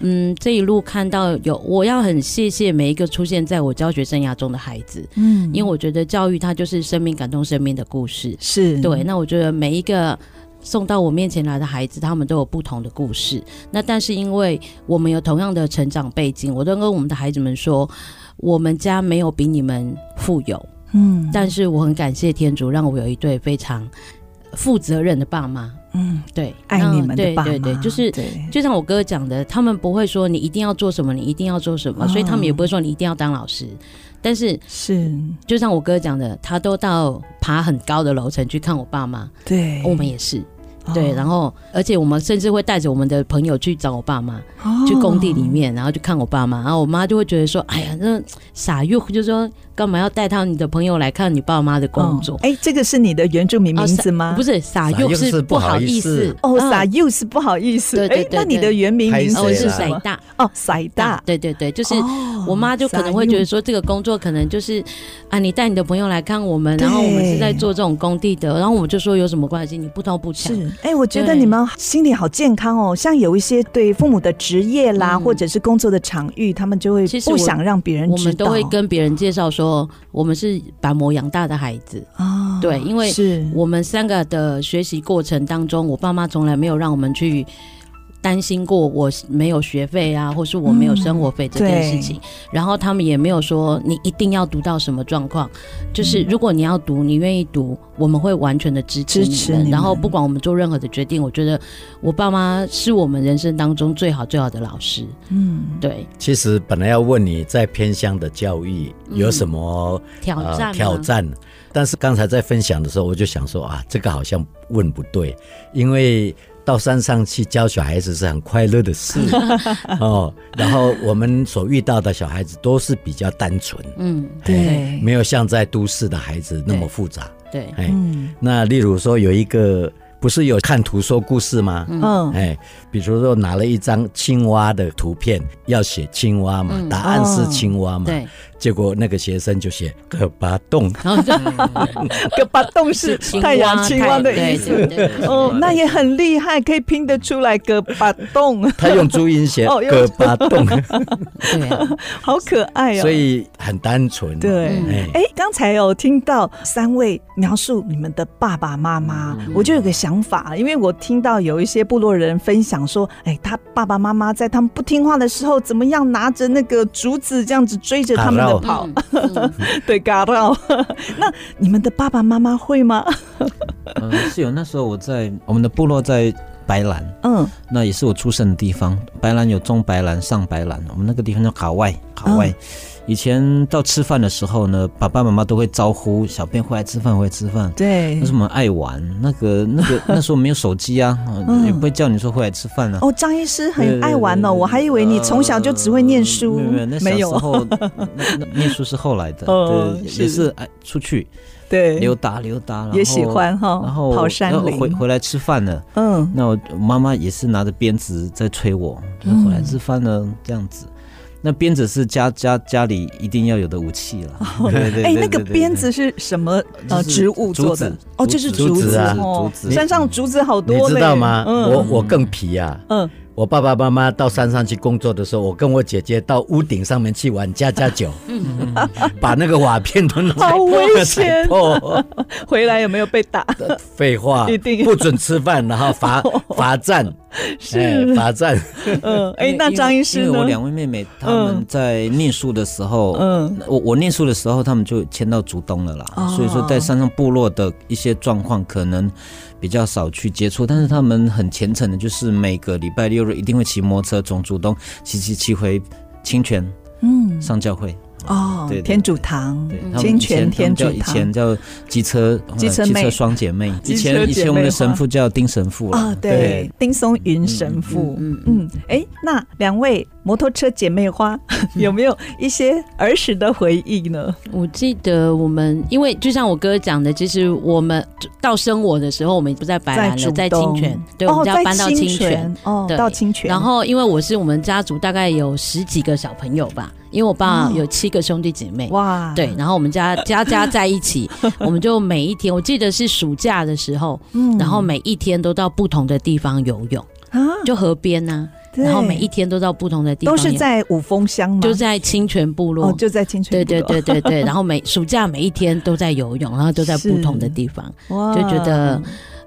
S6: 嗯，这一路看到有，我要很谢谢每一个出现在我教学生涯中的孩子，
S1: 嗯
S6: 因为我觉得教育它就是生命感动生命的故事。
S1: 是
S6: 对，那我觉得每一个送到我面前来的孩子，他们都有不同的故事。那但是因为我们有同样的成长背景，我都跟我们的孩子们说，我们家没有比你们富有，
S1: 嗯
S6: 但是我很感谢天主，让我有一对非常负责任的爸妈。
S1: 嗯
S6: 对，
S1: 爱
S6: 那
S1: 你们的
S6: 对
S1: 爸
S6: 对对，
S1: 妈
S6: 就是。
S1: 对
S6: 就像我哥讲的，他们不会说你一定要做什么，你一定要做什么，所以他们
S1: 哦
S6: 也不会说你一定要当老师。但是
S1: 是
S6: 就像我哥讲的，他都到爬很高的楼层去看我爸妈，
S1: 对，
S6: 我们也是，
S1: 哦
S6: 对，然后而且我们甚至会带着我们的朋友去找我爸妈，
S1: 哦
S6: 去工地里面，然后去看我爸妈，然后我妈就会觉得说，哎呀，那傻又就说干嘛要带他你的朋友来看你爸妈的工作
S1: 哦？哎，这个是你的原住民名字吗？
S6: 不
S1: 是，
S6: 是傻
S2: 傻
S6: 又
S2: 又
S6: 是
S2: 是
S6: 不
S2: 不
S6: 好
S2: 好
S6: 意
S2: 意
S6: 思
S2: 思
S1: 哦，傻
S6: 嗯
S1: 又是不好意思。
S6: 对对
S1: 哎，那
S6: 对
S1: 你的
S6: 对
S1: 原名
S2: 拍
S1: 名
S2: 谁
S6: 哦，我
S1: 字
S6: 是
S2: 啦
S1: 什
S6: 傻
S1: 么？
S6: 大，
S1: 哦，塞大，
S6: 对对对，就是。
S1: 哦
S6: 我妈就可能会觉得说，这个工作可能就是啊，你带你的朋友来看我们，然后我们是在做这种工地的，然后我们就说有什么关系？你不偷不抢，
S1: 是，哎，我觉得
S6: 对
S1: 你们心里好健康哦。像有一些对父母的职业啦，
S6: 嗯
S1: 或者是工作的场域，他们就会
S6: 其实
S1: 不
S6: 我
S1: 想让别人
S6: 我
S1: 知
S6: 们
S1: 道。
S6: 都会跟别人介绍说，我们是把模养大的孩子。
S1: 啊，
S6: 对因为
S1: 是
S6: 我们三个的学习过程当中，我爸妈从来没有让我们去担心过我没有学费啊，或是我没有生活费这件事
S1: 嗯
S6: 情。然后他们也没有说你一定要读到什么状况，
S1: 嗯
S6: 就是如果你要读，你愿意读，我们会完全的支持
S1: 支持
S6: 你
S1: 你们
S6: 们然后不管我们做任何的决定，我觉得我爸妈是我们人生当中最好最好的老师。
S1: 嗯，
S6: 对，
S2: 其实本来要问你在偏乡的教育有什么、
S6: 挑战、啊
S2: 呃挑战，但是刚才在分享的时候，我就想说啊，这个好像问不对，因为到山上去教小孩子是很快乐的 事哦。然后我们所遇到的小孩子都是比较单纯，
S6: 嗯，
S1: 对
S2: 哎没有像在都市的孩子那么复杂。
S6: 对，
S2: 哎，
S1: 嗯
S2: 那例如说有一个不是有看图说故事吗？
S1: 嗯，
S2: 哎，比如说拿了一张青蛙的图片，要写青蛙
S1: 嗯
S2: 嘛，答案是青蛙
S1: 哦
S2: 嘛，
S6: 对，
S2: 结果那个学生就写可巴洞，
S1: 哦
S6: 然后就
S1: 个巴洞是
S6: 青
S1: 太阳
S6: 蛙
S1: 青蛙的
S6: 对
S1: 意思。
S6: 对对对
S1: 哦，那也很厉害，可以拼得出来个巴 洞，
S2: 他用注音写
S1: 哦用
S2: 可巴 洞，
S6: 对啊，
S1: 好可爱哦。
S2: 所以很单纯。
S1: 对
S6: 嗯
S2: 哎，
S1: 哎，刚才有听到三位描述你们的爸爸妈妈，
S6: 嗯
S1: 我就有个想法，因为我听到有一些部落人分享说，哎，他爸爸妈妈在他们不听话的时候，怎么样拿着那个竹子这样子追着他们的
S2: 打绕
S1: 跑，
S6: 嗯嗯
S1: 对，嘎到。那你们的爸爸妈妈会吗？
S4: 嗯，是有那时候我在我们的部落在白兰，
S1: 嗯，
S4: 那也是我出生的地方。白兰有中白兰、上白兰，我们那个地方叫卡外。卡外，
S1: 嗯
S4: 以前到吃饭的时候呢，爸爸妈妈都会招呼小便回来吃饭，回来吃饭。
S1: 对
S4: 那是我们爱玩，那个那 个那时候没有手机啊，
S1: 嗯
S4: 嗯、也不会叫你说回来吃饭啊。
S1: 哦，张医师
S4: 对
S1: 很爱玩哦，
S4: 对对对
S1: 我还以为你从小就只会念书，
S4: 呃
S1: 没
S4: 没有没有，那小时
S1: 有，
S4: 候那那念书是后来 的，
S1: 哦
S4: 对，
S1: 是
S4: 也是哎出去
S1: 对，
S4: 溜达溜达，然后
S1: 也喜欢哈、
S4: 然后
S1: 跑山
S4: 然后
S1: 林，
S4: 回回来吃饭了。
S1: 嗯，
S4: 那我妈妈也是拿着鞭子在催我，就是
S1: 嗯
S4: 回来吃饭呢、这样子。那鞭子是家家家里一定要有的武器了。对对
S1: 哎，
S4: 对
S1: 那个
S4: 对对
S1: 鞭子是什么呃
S4: 就是
S1: 植物做的
S4: 竹子？
S1: 哦，就是
S2: 竹
S1: 子
S2: 子啊
S1: 哦，
S4: 竹子
S1: 山上竹子好多
S2: 你
S1: 嘞，
S2: 知道吗？
S1: 嗯
S2: 我我更皮啊。
S1: 嗯，
S2: 我爸爸妈妈到山上去工作的时候，我跟我姐姐到屋顶上面去玩家家酒，把那个瓦片都拿
S1: 好危险
S2: 踩破。
S1: 回来有没有被打？
S2: 废话，
S1: 一定
S2: 不准吃饭，然后 罚罚站，哎，罚站。
S1: 嗯，哎
S4: 因，为
S1: 那张医师
S4: 因为我
S1: 呢？
S4: 两位妹妹她们在念书的时候，
S1: 嗯
S4: 我我念书的时候，她们就迁到竹东了啦。
S1: 哦
S4: 所以说，在山上部落的一些状况可能比较少去接触，但是她们很虔诚的，就是每个礼拜六日一定会骑摩托车从竹东骑骑骑回清泉
S1: 嗯，
S4: 上教会。
S1: 哦
S4: 对，对
S1: 天主堂
S4: 对，，他们
S1: 金
S4: 以
S1: 泉
S4: 前他
S1: 天
S4: 们
S1: 主
S4: 叫以
S1: 堂
S4: 前叫机车呃
S1: 机车
S4: 机
S1: 妹
S4: 车双姐妹，
S1: 机
S4: 以
S1: 车
S4: 前以
S1: 姐
S4: 前我
S1: 妹
S4: 们的
S1: 花
S4: 神父叫丁神父啦
S1: 哦啊，对，，丁松云神父，
S6: 嗯嗯
S1: 嗯，哎，那两位摩托车姐妹花 有没有一些儿时的回忆呢？
S6: 我记得我们，因为就像我哥讲的，其实我们到生我的时候，我们不在白兰了，
S1: 在
S6: 在
S1: 竹
S6: 清
S1: 东
S6: 泉，对，
S1: 哦，
S6: 我们就
S1: 在
S6: 要搬到清泉。
S1: 哦，
S6: 对
S1: 到清泉，
S6: 然后，因为我是我们家族大概有十几个小朋友吧，因为我爸
S1: 哦
S6: 有七个兄弟姐妹，
S1: 哇，
S6: 对，，然后我们家家家在一 起，我们就每一天，我记得是暑假的时候，
S1: 嗯
S6: 然后每一天都到不同的地方游泳，
S1: 啊，
S6: 就河边呐、
S1: 对
S6: 然后每一天都到不同的地方
S1: 都
S6: 游泳，
S1: 是在五峰乡吗？
S6: 就在清泉部落，
S1: 哦，就在清泉，
S6: 对对，对对对，然后每暑假每一天都在游泳，然后都在不同的地方，
S1: 哇，
S6: 就觉得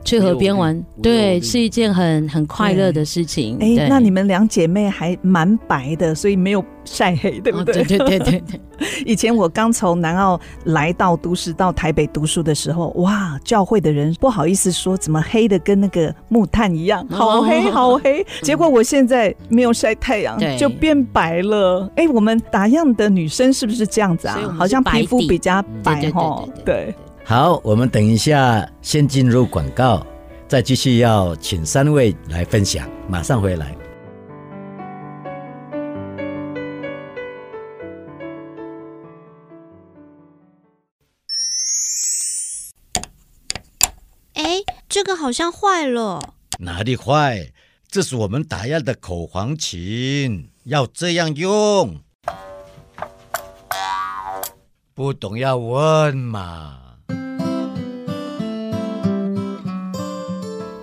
S6: 去河边玩，对，是一件很很快乐的事情。
S1: 哎、
S6: 对
S1: 那你们两姐妹还蛮白的，所以没有晒黑，对不
S6: 哦
S1: 对？
S6: 对 对对对，
S1: 以前我刚从南澳来到都市，到台北读书的时候，哇，教会的人不好意思说，怎么黑的跟那个木炭一 样，好黑好黑。结果我现在没有晒太阳，
S6: 对
S1: 就变白了。哎，我们打样的女生是不是这样子
S6: 所以
S1: 啊？
S6: 我们是
S1: 好像皮肤比较
S6: 白
S1: 白
S6: 底
S1: 哈
S6: 嗯，
S1: 对，
S2: 好，我们等一下先进入广告，再继续要请三位来分享，马上回来。
S7: 哎，这个好像坏 了。
S2: 哪里坏？这是我们打样的口簧琴，要这样用。不懂要问嘛。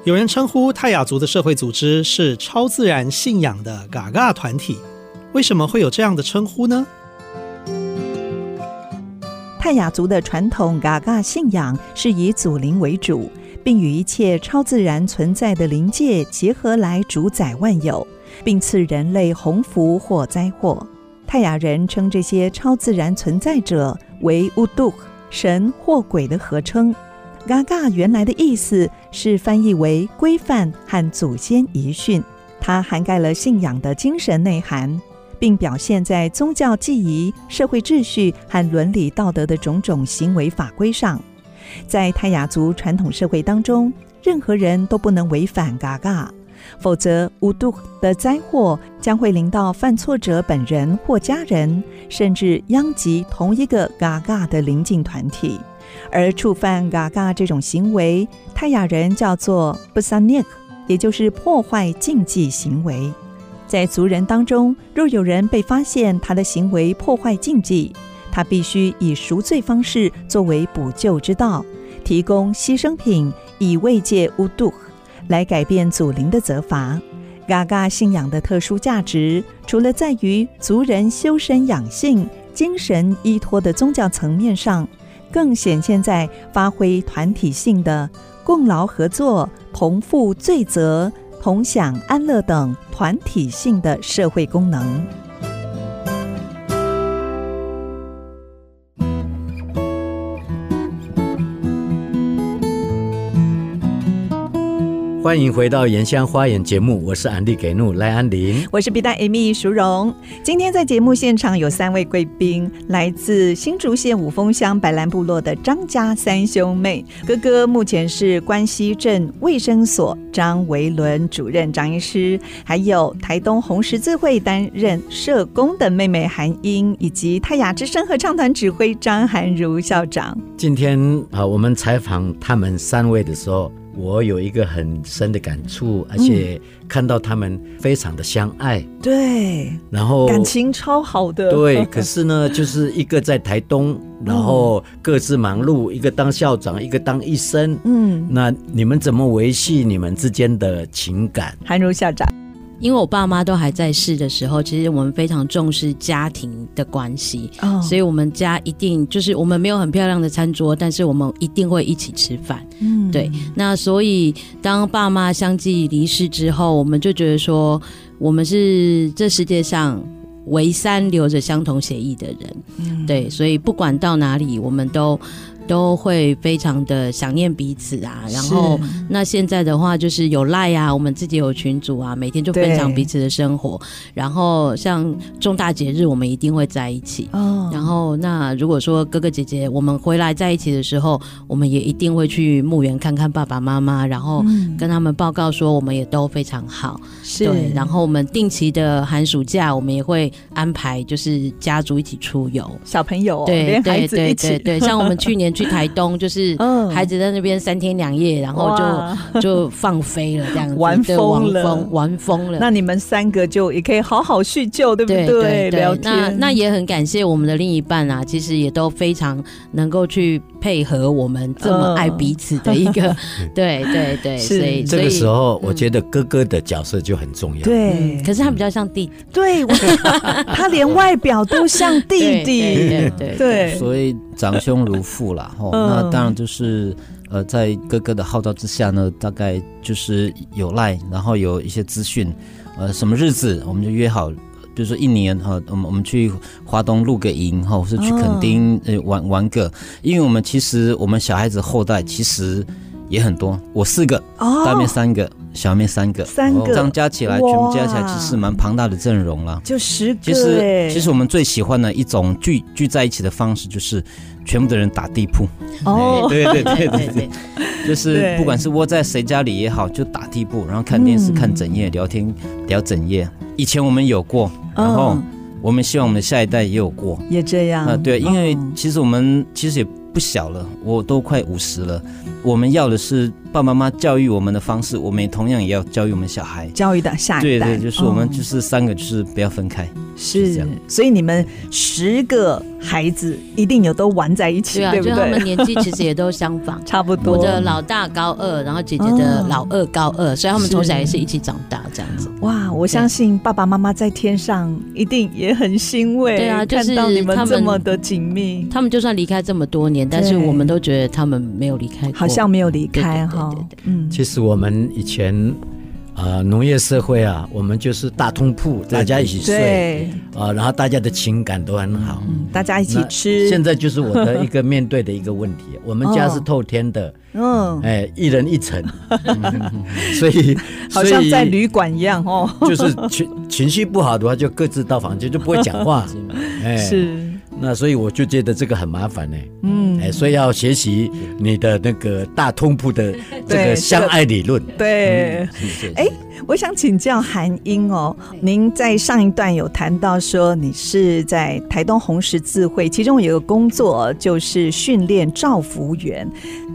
S8: 有人称呼泰雅族的社会组织是超自然信仰的嘎嘎团体，为什么会有这样的称呼呢？
S1: 泰雅族的传统嘎嘎信仰是以祖灵为主，并与一切超自然存在的灵界结合来主宰万有，并赐人类鸿福或灾祸。泰雅人称这些超自然存在者为乌杜，神或鬼的合称。嘎嘎原来的意思是翻译为规范和祖先遗训，它涵盖了信仰的精神内涵。并表现在宗教祭仪、社会秩序和伦理道德的种种行为法规上。在泰雅族传统社会当中，任何人都不能违反嘎嘎，否则无度的灾祸将会临到犯错者本人或家人，甚至殃及同一个嘎嘎的邻近团体。而触犯嘎嘎这种行为，泰雅人叫做不萨涅克，也就是破坏禁忌行为。在族人当中，若有人被发现他的行为破坏禁忌，他必须以赎罪方式作为补救之道，提供牺牲品以慰藉乌杜，来改变祖灵的责罚。嘎嘎信仰的特殊价值，除了在于族人修身养性、精神依托的宗教层面上，更显现在发挥团体性的共劳合作、同负罪责、同享安乐等团体性的社会功能。
S2: 欢迎回到《原乡花园》节目，我是安利给怒赖安林。
S1: 我是 B 站 Amy 淑荣。今天在节目现场有三位贵宾，来自新竹县五峰乡白兰部落的张家三兄妹。哥哥目前是关西镇卫生所张维伦主任张医师，还有台东红十字会担任社工的妹妹韩英，以及泰雅之声合唱团指挥张涵如校长。
S2: 今天啊、我们采访他们三位的时候，我有一个很深的感触，而且
S1: 嗯
S2: 看到他们非常的相爱，
S1: 对，
S2: 然后
S1: 感情超好的。
S2: 对，可是呢，就是一个在台东，然后各自忙碌，一个当校长，一个当医生。
S1: 嗯，
S2: 那你们怎么维系你们之间的情感？
S1: 韩如校长，
S6: 因为我爸妈都还在世的时候，其实我们非常重视家庭的关系，
S1: 哦
S6: 所以我们家一定就是我们没有很漂亮的餐桌，但是我们一定会一起吃饭。
S1: 嗯
S6: 对，那所以当爸妈相继离世之后，我们就觉得说，我们是这世界上
S1: 嗯
S6: 唯三留着相同血液的人。对，所以不管到哪里，我们都。都会非常的想念彼此啊。然后那现在的话，就是有赖啊，我们自己有群组啊，每天就分享
S1: 对
S6: 彼此的生活。然后像重大节日，我们一定会在一起。
S1: 哦，
S6: 然后，那如果说哥哥姐姐我们回来在一起的时候，我们也一定会去墓园看看爸爸妈妈，然后
S1: 嗯
S6: 跟他们报告说我们也都非常好。
S1: 是
S6: 对，然后我们定期的寒暑假，我们也会安排就是家族一起出游。
S1: 小朋友哦
S6: 对
S1: 连孩
S6: 对
S1: 子一
S6: 对
S1: 起
S6: 对，对，像我 们去年去台东，就是
S1: 嗯
S6: 孩子在那边三天两夜，然后就
S1: 哇
S6: 就放飞了这样子，
S1: 玩
S6: 对
S1: 疯了
S6: 玩疯玩疯了。
S1: 那你们三个就也可以好好叙旧，对不
S6: 对对
S1: 聊
S6: 对，那
S1: 天
S6: 那也很感谢我们的另一半啊，其实也都非常能够去配合我们这么爱彼此的一个， 对对对，
S1: 嗯是
S6: 所以
S2: 这
S6: 所
S2: 个
S6: 以
S2: 时候，我
S6: 嗯
S2: 觉得哥哥的角色就很重要。，
S1: 对
S6: 可是他比较像弟弟，
S1: 对， 我他连外表都像弟
S6: 对
S1: 弟，
S6: 对对
S1: 对
S4: 所以长兄如 父啦，吼，
S1: 嗯
S4: 那当然就是呃，在哥哥的号召之下呢，大概就是有赖，然后有一些资讯，呃，什么日子我们就约好。比如说一年哈，我们我们去华东露个营哈，或是去垦丁
S1: 哦
S4: 呃玩玩个，因为我们其实我们小孩子后代其实也很多，我四个，
S1: 哦
S4: 大妹三个，小妹三个，哦
S1: 三个
S4: 这样加起来
S1: 哇
S4: 全部加起来其实蛮庞大的阵容啦。
S1: 就十个
S4: 其
S1: 哎
S4: 实，其实我们最喜欢的一种聚聚在一起的方式，就是全部的人打地铺。
S1: 哦，
S4: 哎对对
S6: 对
S4: 对
S6: 对
S4: 对
S6: 对
S4: 对，，就是
S1: 对
S4: 不管是窝在谁家里也好，就打地铺，然后看电视
S1: 嗯
S4: 看整夜，聊天聊整夜。以前我们有过，然后
S1: 嗯
S4: 我们希望我们的下一代也有过。
S1: 也这样
S4: 啊，对，因为
S1: 嗯
S4: 其实我们其实也不小了，我都快五十了。我们要的是爸爸妈妈教育我们的方式，我们也同样也要教育我们小孩。
S1: 教育的下
S4: 对
S1: 一代，
S4: 对，就是我们
S1: 嗯
S4: 就是三个，就是不要分开。是这
S1: 是
S4: 样，
S1: 所以你们十个孩子一定有都玩在一起，
S6: 对啊，
S1: 不
S6: 就他们
S1: 对？。
S6: 年纪其实也都相仿
S1: 差不多
S6: 我的老大高二，然后姐姐的老二高二，所以他们从小也是一起长大这样子。
S1: 哇！我相信爸爸妈妈在天上一定也很欣慰，
S6: 对啊就是
S1: 看到你们
S6: 他们
S1: 这么的紧密，
S2: 嗯
S6: 他们就算离开这么多年，但是
S1: 对
S6: 我们都觉得他们没有离开过。
S1: 好像没有离开
S6: 对对对
S1: 哈
S6: 对对。
S1: 嗯，
S2: 其实我们以前啊、呃农业社会啊，我们就是大通铺，大家一起睡
S1: 对，
S2: 啊、然后大家的情感都很好。
S1: 大嗯家一起
S2: 那
S1: 吃，
S2: 现在就是我的一个面对的一个 问题。我们家是透天的，
S1: 嗯，
S2: 哎，一人 一层，所以
S1: 好像在。
S2: 所以
S1: 旅馆一样哦。
S2: 就是情情绪不好的话，就各自到房间，就不会讲话。哎，
S1: 是，
S2: 那所以我就觉得这个很麻烦呢、
S1: 嗯，
S2: 哎，所以要学习你的那个大通 铺的这
S1: 对
S2: 个相爱理论。
S1: 对。哎
S4: 哎，
S1: 我想请教韩英哦，您在上一段有谈到说你是在台东红十字会，其中有个工作就是训练照服员，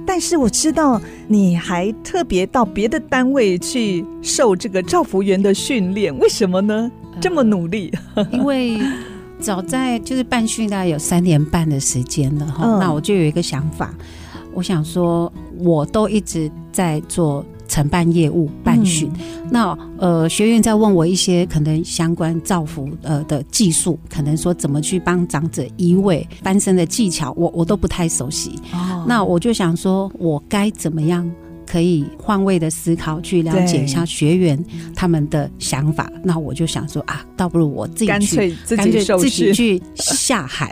S1: 但是我知道你还特别到别的单位去受这个照服员的训练，为什么呢？
S5: 呃
S1: 这么努力，嗯
S5: 因为早在就是办训大概有三年半的时间了哈，
S1: 嗯
S5: 那我就有一个想法，我想说我都一直在做承办业务办
S1: 嗯
S5: 训，那呃学员在问我一些可能相关造福呃的技术，可能说怎么去帮长者移位翻身的技巧，我我都不太熟悉，
S1: 哦
S5: 那我就想说我该怎么样。可以换位的思考，去了解一下学员他们的想法。那我就想说啊，倒不如我自己
S1: 干
S5: 去
S1: 脆自
S5: 干脆
S1: 己受
S5: 自己
S1: 训，
S5: 去 下海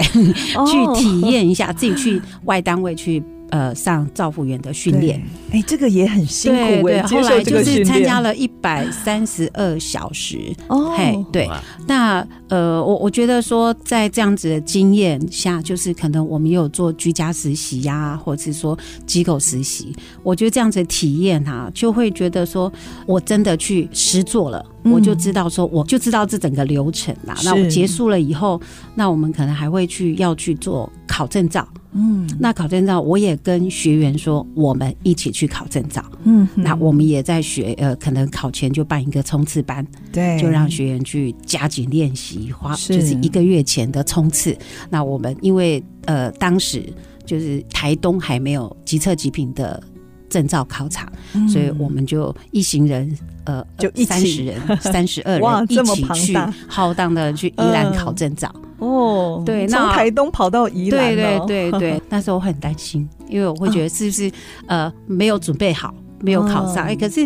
S1: 哦
S5: 去体验一下，自己去外单位去呃上照护员的训练。。
S1: 对哎，这个也很辛
S5: 对
S1: 苦，
S5: 对，
S1: 哎，
S5: 后
S1: 接
S5: 来
S1: 受这
S5: 就
S1: 个
S5: 是
S1: 训
S5: 参加
S1: 练。
S5: 了一百三十二小时。
S1: 哦
S5: 嘿，对
S2: 哇，
S5: 那呃，我我觉得说，在这样子的经验下，就是可能我们也有做居家实习呀、或者是说机构实习，我觉得这样子的体验哈、就会觉得说我真的去实做了，
S1: 嗯
S5: 我就知道说，我就知道这整个流程啦。
S1: 是
S5: 那我结束了以后，那我们可能还会去要去做考证照，
S1: 嗯
S5: 那考证照我也跟学员说，我们一起去考证照。
S1: 嗯哼，
S5: 那我们也在学，呃，可能考前就办一个冲刺班，
S1: 对
S5: 就让学员去加紧练习，花
S1: 哎是
S5: 就是一个月前的冲刺。那我们因为呃当时就是台东还没有机测极品的证照考场，
S1: 嗯
S5: 所以我们就一行人呃
S1: 就一起
S5: 三十人、三十二
S1: 哇
S5: 人一
S1: 这么
S5: 起
S1: 庞
S5: 去
S1: 大
S5: 浩荡的去宜兰考证照。
S1: 哦，
S5: 对
S1: 从
S5: 那
S1: 台东跑到宜兰、
S5: 对
S1: 哦，嗯
S5: 对对对，那时候我很担心，因为我会觉得是不是、呃没有准备好，没有考上。
S1: 哦
S5: 哎、可是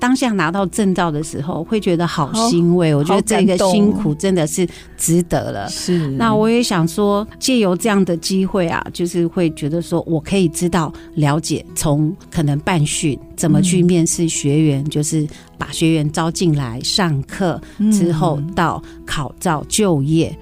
S5: 当下拿到证照的时候，会觉得好
S1: 好
S5: 欣慰。我觉得
S1: 好
S5: 这个
S1: 感动
S5: 辛苦真的是值得了。
S1: 是
S5: 那我也想说，借由这样的机会啊，就是会觉得说我可以知道、了解，从可能办训怎么去
S1: 嗯
S5: 面试学员，就是把学员招进来上课之后
S1: 嗯，
S5: 到考照就业。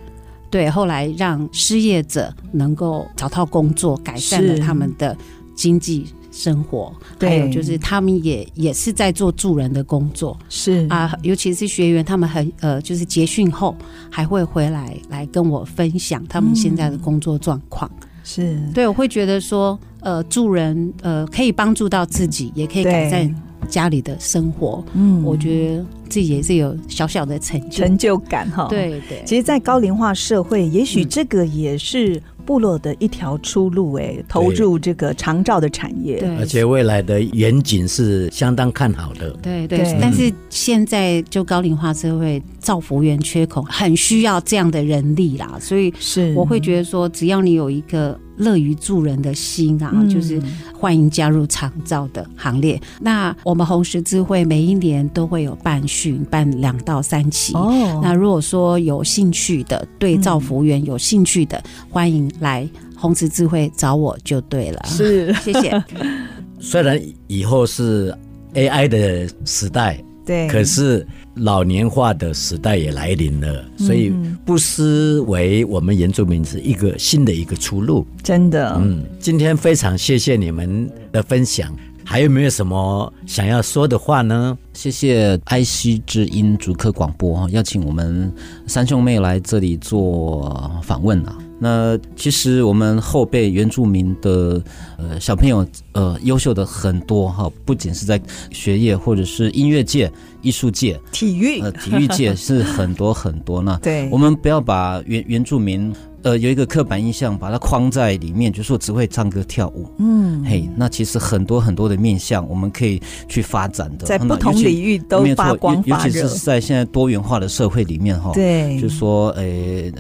S5: 对，后来让失业者能够找到工作，改善了
S1: 是
S5: 他们的经济生活，
S1: 对
S5: 还有就是他们也也是在做助人的工作，
S1: 是
S5: 啊，尤其是学员，他们很呃，就是结训后还会回来来跟我分享他们现在的工作状况。
S1: 嗯是，
S5: 对，我会觉得说，呃，助人呃可以帮助到自己，也可以改善家里的生活。
S1: 嗯
S5: 我觉得自己也是有小小的成就。
S1: 成就感哈，。
S5: 对对，
S1: 其实，在高龄化社会，也许
S5: 嗯
S1: 这个也是部落的一条出路、哎、投入这个长照的产业。
S5: 对
S2: 而且未来的远景是相当看好的。
S5: 对对
S1: 对
S5: 但是现在就高龄化社会，造福员缺口，很需要这样的人力啦，所以
S1: 是
S5: 我会觉得说，只要你有一个乐于助人的心啊，
S1: 嗯
S5: 就是欢迎加入长照的行列。那我们红十字会每一年都会有办训，办两到三期。
S1: 哦，
S5: 那如果说有兴趣的，对造福员有兴趣的，
S1: 嗯
S5: 欢迎来红十字会找我就对了。
S1: 是
S5: 谢 谢。
S2: 虽然以后是 AI 的时代，
S1: 对，
S2: 可是老年化的时代也来临了，所以
S1: 嗯
S2: 不失为我们原住民是一个新的一个出路。
S1: 真的，
S2: 嗯，今天非常谢谢你们的分享，还有没有什么想要说的话呢？
S4: 谢谢 IC 之音逐客广播哈，邀请我们三兄妹来这里做访问啊。那其实我们后辈原住民的呃小朋友呃优秀的很多哈，不仅是在学业或者是音乐界、艺术界、
S1: 体育、
S4: 呃体育界是很多很多那
S1: 对，
S4: 我们不要把原原住民呃有一个刻板印象把它框在里面，就说只会唱歌跳舞。
S1: 嗯，
S4: 嘿，那其实很多很多的面向我们可以去发展的，
S1: 在
S4: 那
S1: 不同
S4: 尤其
S1: 领域都
S4: 没有错
S1: 发光
S4: 尤尤
S1: 发
S4: 其
S1: 热
S4: 是，在现在多元化的社会里面哈，，
S1: 对，
S4: 就是说呃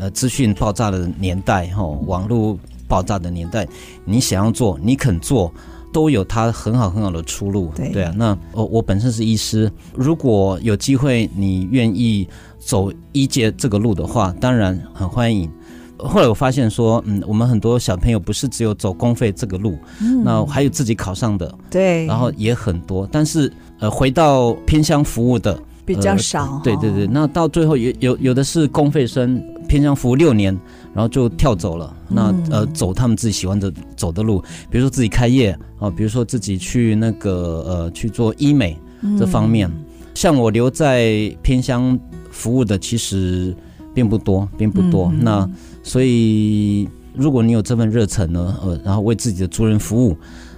S4: 呃资讯爆炸的年代哈，网络爆炸的年代，你想要做，你肯做。都有它很好很好的出路，
S1: 对
S4: 啊。那我我本身是医师，如果有机会你愿意走医界这个路的话，当然很欢迎。后来我发现说，嗯，我们很多小朋友不是只有走公费这个路，那还有自己考上的，
S1: 嗯对，
S4: 然后也很多，但是呃，回到偏乡服务的
S1: 比较少，
S4: 呃对对对，，那到最后有有有的是公费生偏向服务六年，然后就跳走了，那、
S1: 嗯
S4: 呃走他们自己喜欢的走的路，比如说自己开业啊、比如说自己去那个呃去做医美
S1: 嗯
S4: 这方面，像我留在偏乡服务的其实并不多，并不多，
S1: 嗯
S4: 那所以如果你有这份热忱呢，呃，然后为自己的族人服务。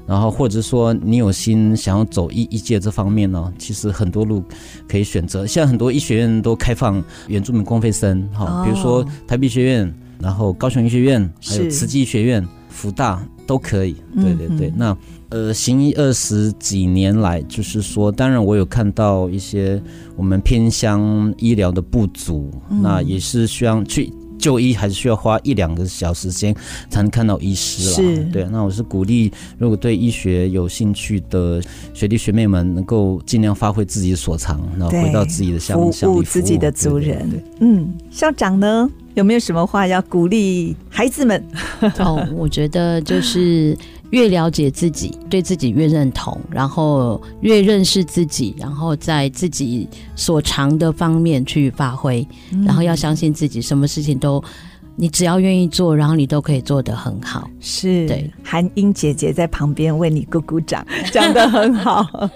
S4: 然后，或者说你有心想要走医医界这方面呢，其实很多路可以选择。现在很多医学院都开放原住民公费生，哈、
S1: 哦
S4: 比如说台北学院，然后高雄医学院，还有
S1: 是
S4: 慈济医学院、福大都可以。对对对，
S1: 嗯哼
S4: 那呃，行医二十几年来，就是说，当然我有看到一些我们偏乡医疗的不足，
S1: 嗯
S4: 那也是需要去。就医还是需要花一两个小时时间才能看到医师啦。
S1: 是
S4: 对，那我是鼓励，如果对医学有兴趣的学弟学妹们，能够尽量发挥自己所长，然后
S1: 对
S4: 回到自己的乡
S1: 服
S4: 乡里
S1: 务自己的族
S4: 对对
S1: 人
S4: 对
S1: 嗯，校长呢有没有什么话要鼓励孩子们？
S6: 哦，我觉得就是越了解自己，对自己越认同，然后越认识自己，然后在自己所长的方面去发挥，然后要相信自己，什么事情都你只要愿意做，然后你都可以做得很好。
S1: 是
S6: 对
S1: 韩英姐姐在旁边为你鼓鼓掌，讲得很 好，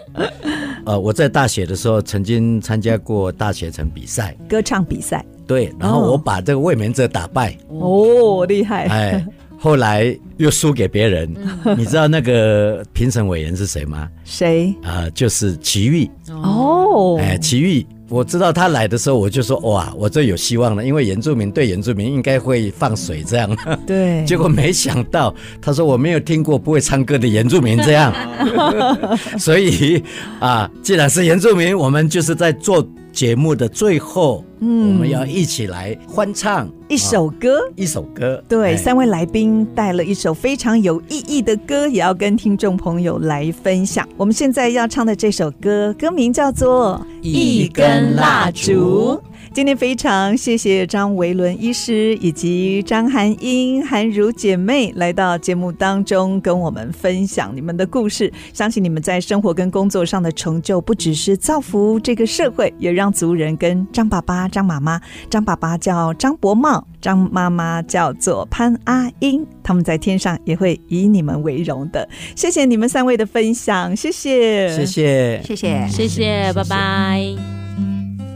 S2: 呃，我在大学的时候曾经参加过大学城比赛，
S1: 歌唱比赛
S2: 对，然后
S1: 哦
S2: 我把这个卫冕者打 败，
S1: 哦，厉害，
S2: 哎，后来又输给别 人。你知道那个评审委员是谁吗？
S1: 谁？
S2: 啊、就是齐豫，
S1: 哦，
S2: 哎，奇遇，我知道他来的时候，我就说哇，我这有希望了，因为原住民对原住民应该会放水这样。
S1: 哎对，
S2: 结果没想到，他说我没有听过不会唱歌的原住民 这样。所以啊，既然是原住民，我们就是在做节目的最后，
S1: 嗯
S2: 我们要一起来欢唱
S1: 一
S2: 啊
S1: 首歌。
S2: 一首歌。
S1: 对，
S2: 哎
S1: 三位来宾带了一首非常有意义的歌，也要跟听众朋友来分享。我们现在要唱的这首歌，歌名叫做《
S2: 一根蜡烛》。
S1: 今天非常谢谢张维伦医师以及张含英、韩如姐妹来到节目当中，跟我们分享你们的故事。相信你们在生活跟工作上的成就，不只是造福这个社会，也让族人跟张爸爸、张妈妈张爸爸叫张伯茂，张妈妈叫做潘阿英，他们在天上也会以你们为荣的。谢谢你们三位的分享，谢谢，
S2: 谢谢，
S5: 谢谢。
S9: 谢谢，拜拜。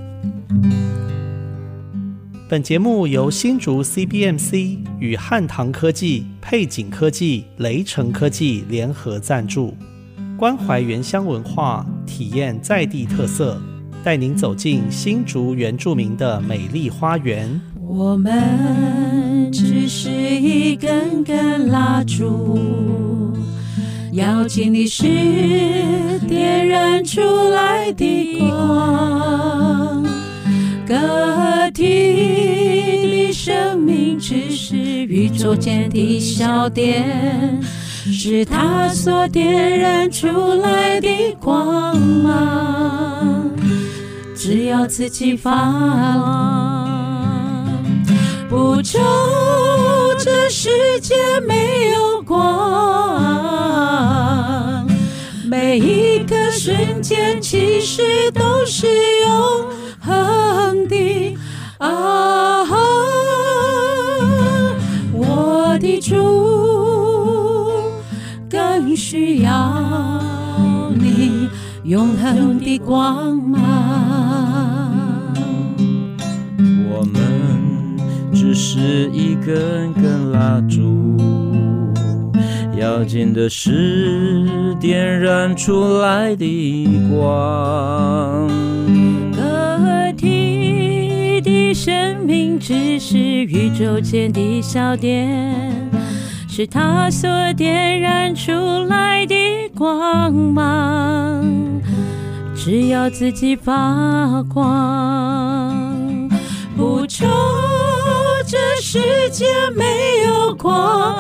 S8: 本节目由新竹 CBMC 与汉唐科技、配景科技、雷城科技联合赞助，关怀原乡文化，体验在地特色，带您走进新竹原住民的美丽花园。
S6: 我们只是一根根蜡烛，要经历是点燃出来的光，个体的生命只是宇宙间的小点，是它所点燃出来的光芒。只要自己发亮，不愁这世界没有哦光。每一个瞬间其实都是永恒的啊！我的主更需要你永恒的光芒。
S3: 我们只是一根根蜡烛，要紧的是点燃出来的光。
S6: 个体的生命只是宇宙间的小点，是它所点燃出来的光芒。只要自己发光，不愁这世界没有光。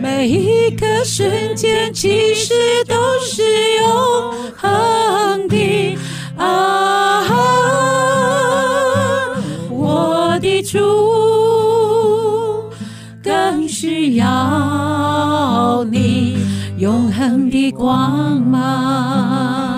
S6: 每一个瞬间其实都是永恒的啊！我的主更需要你永恒的光芒。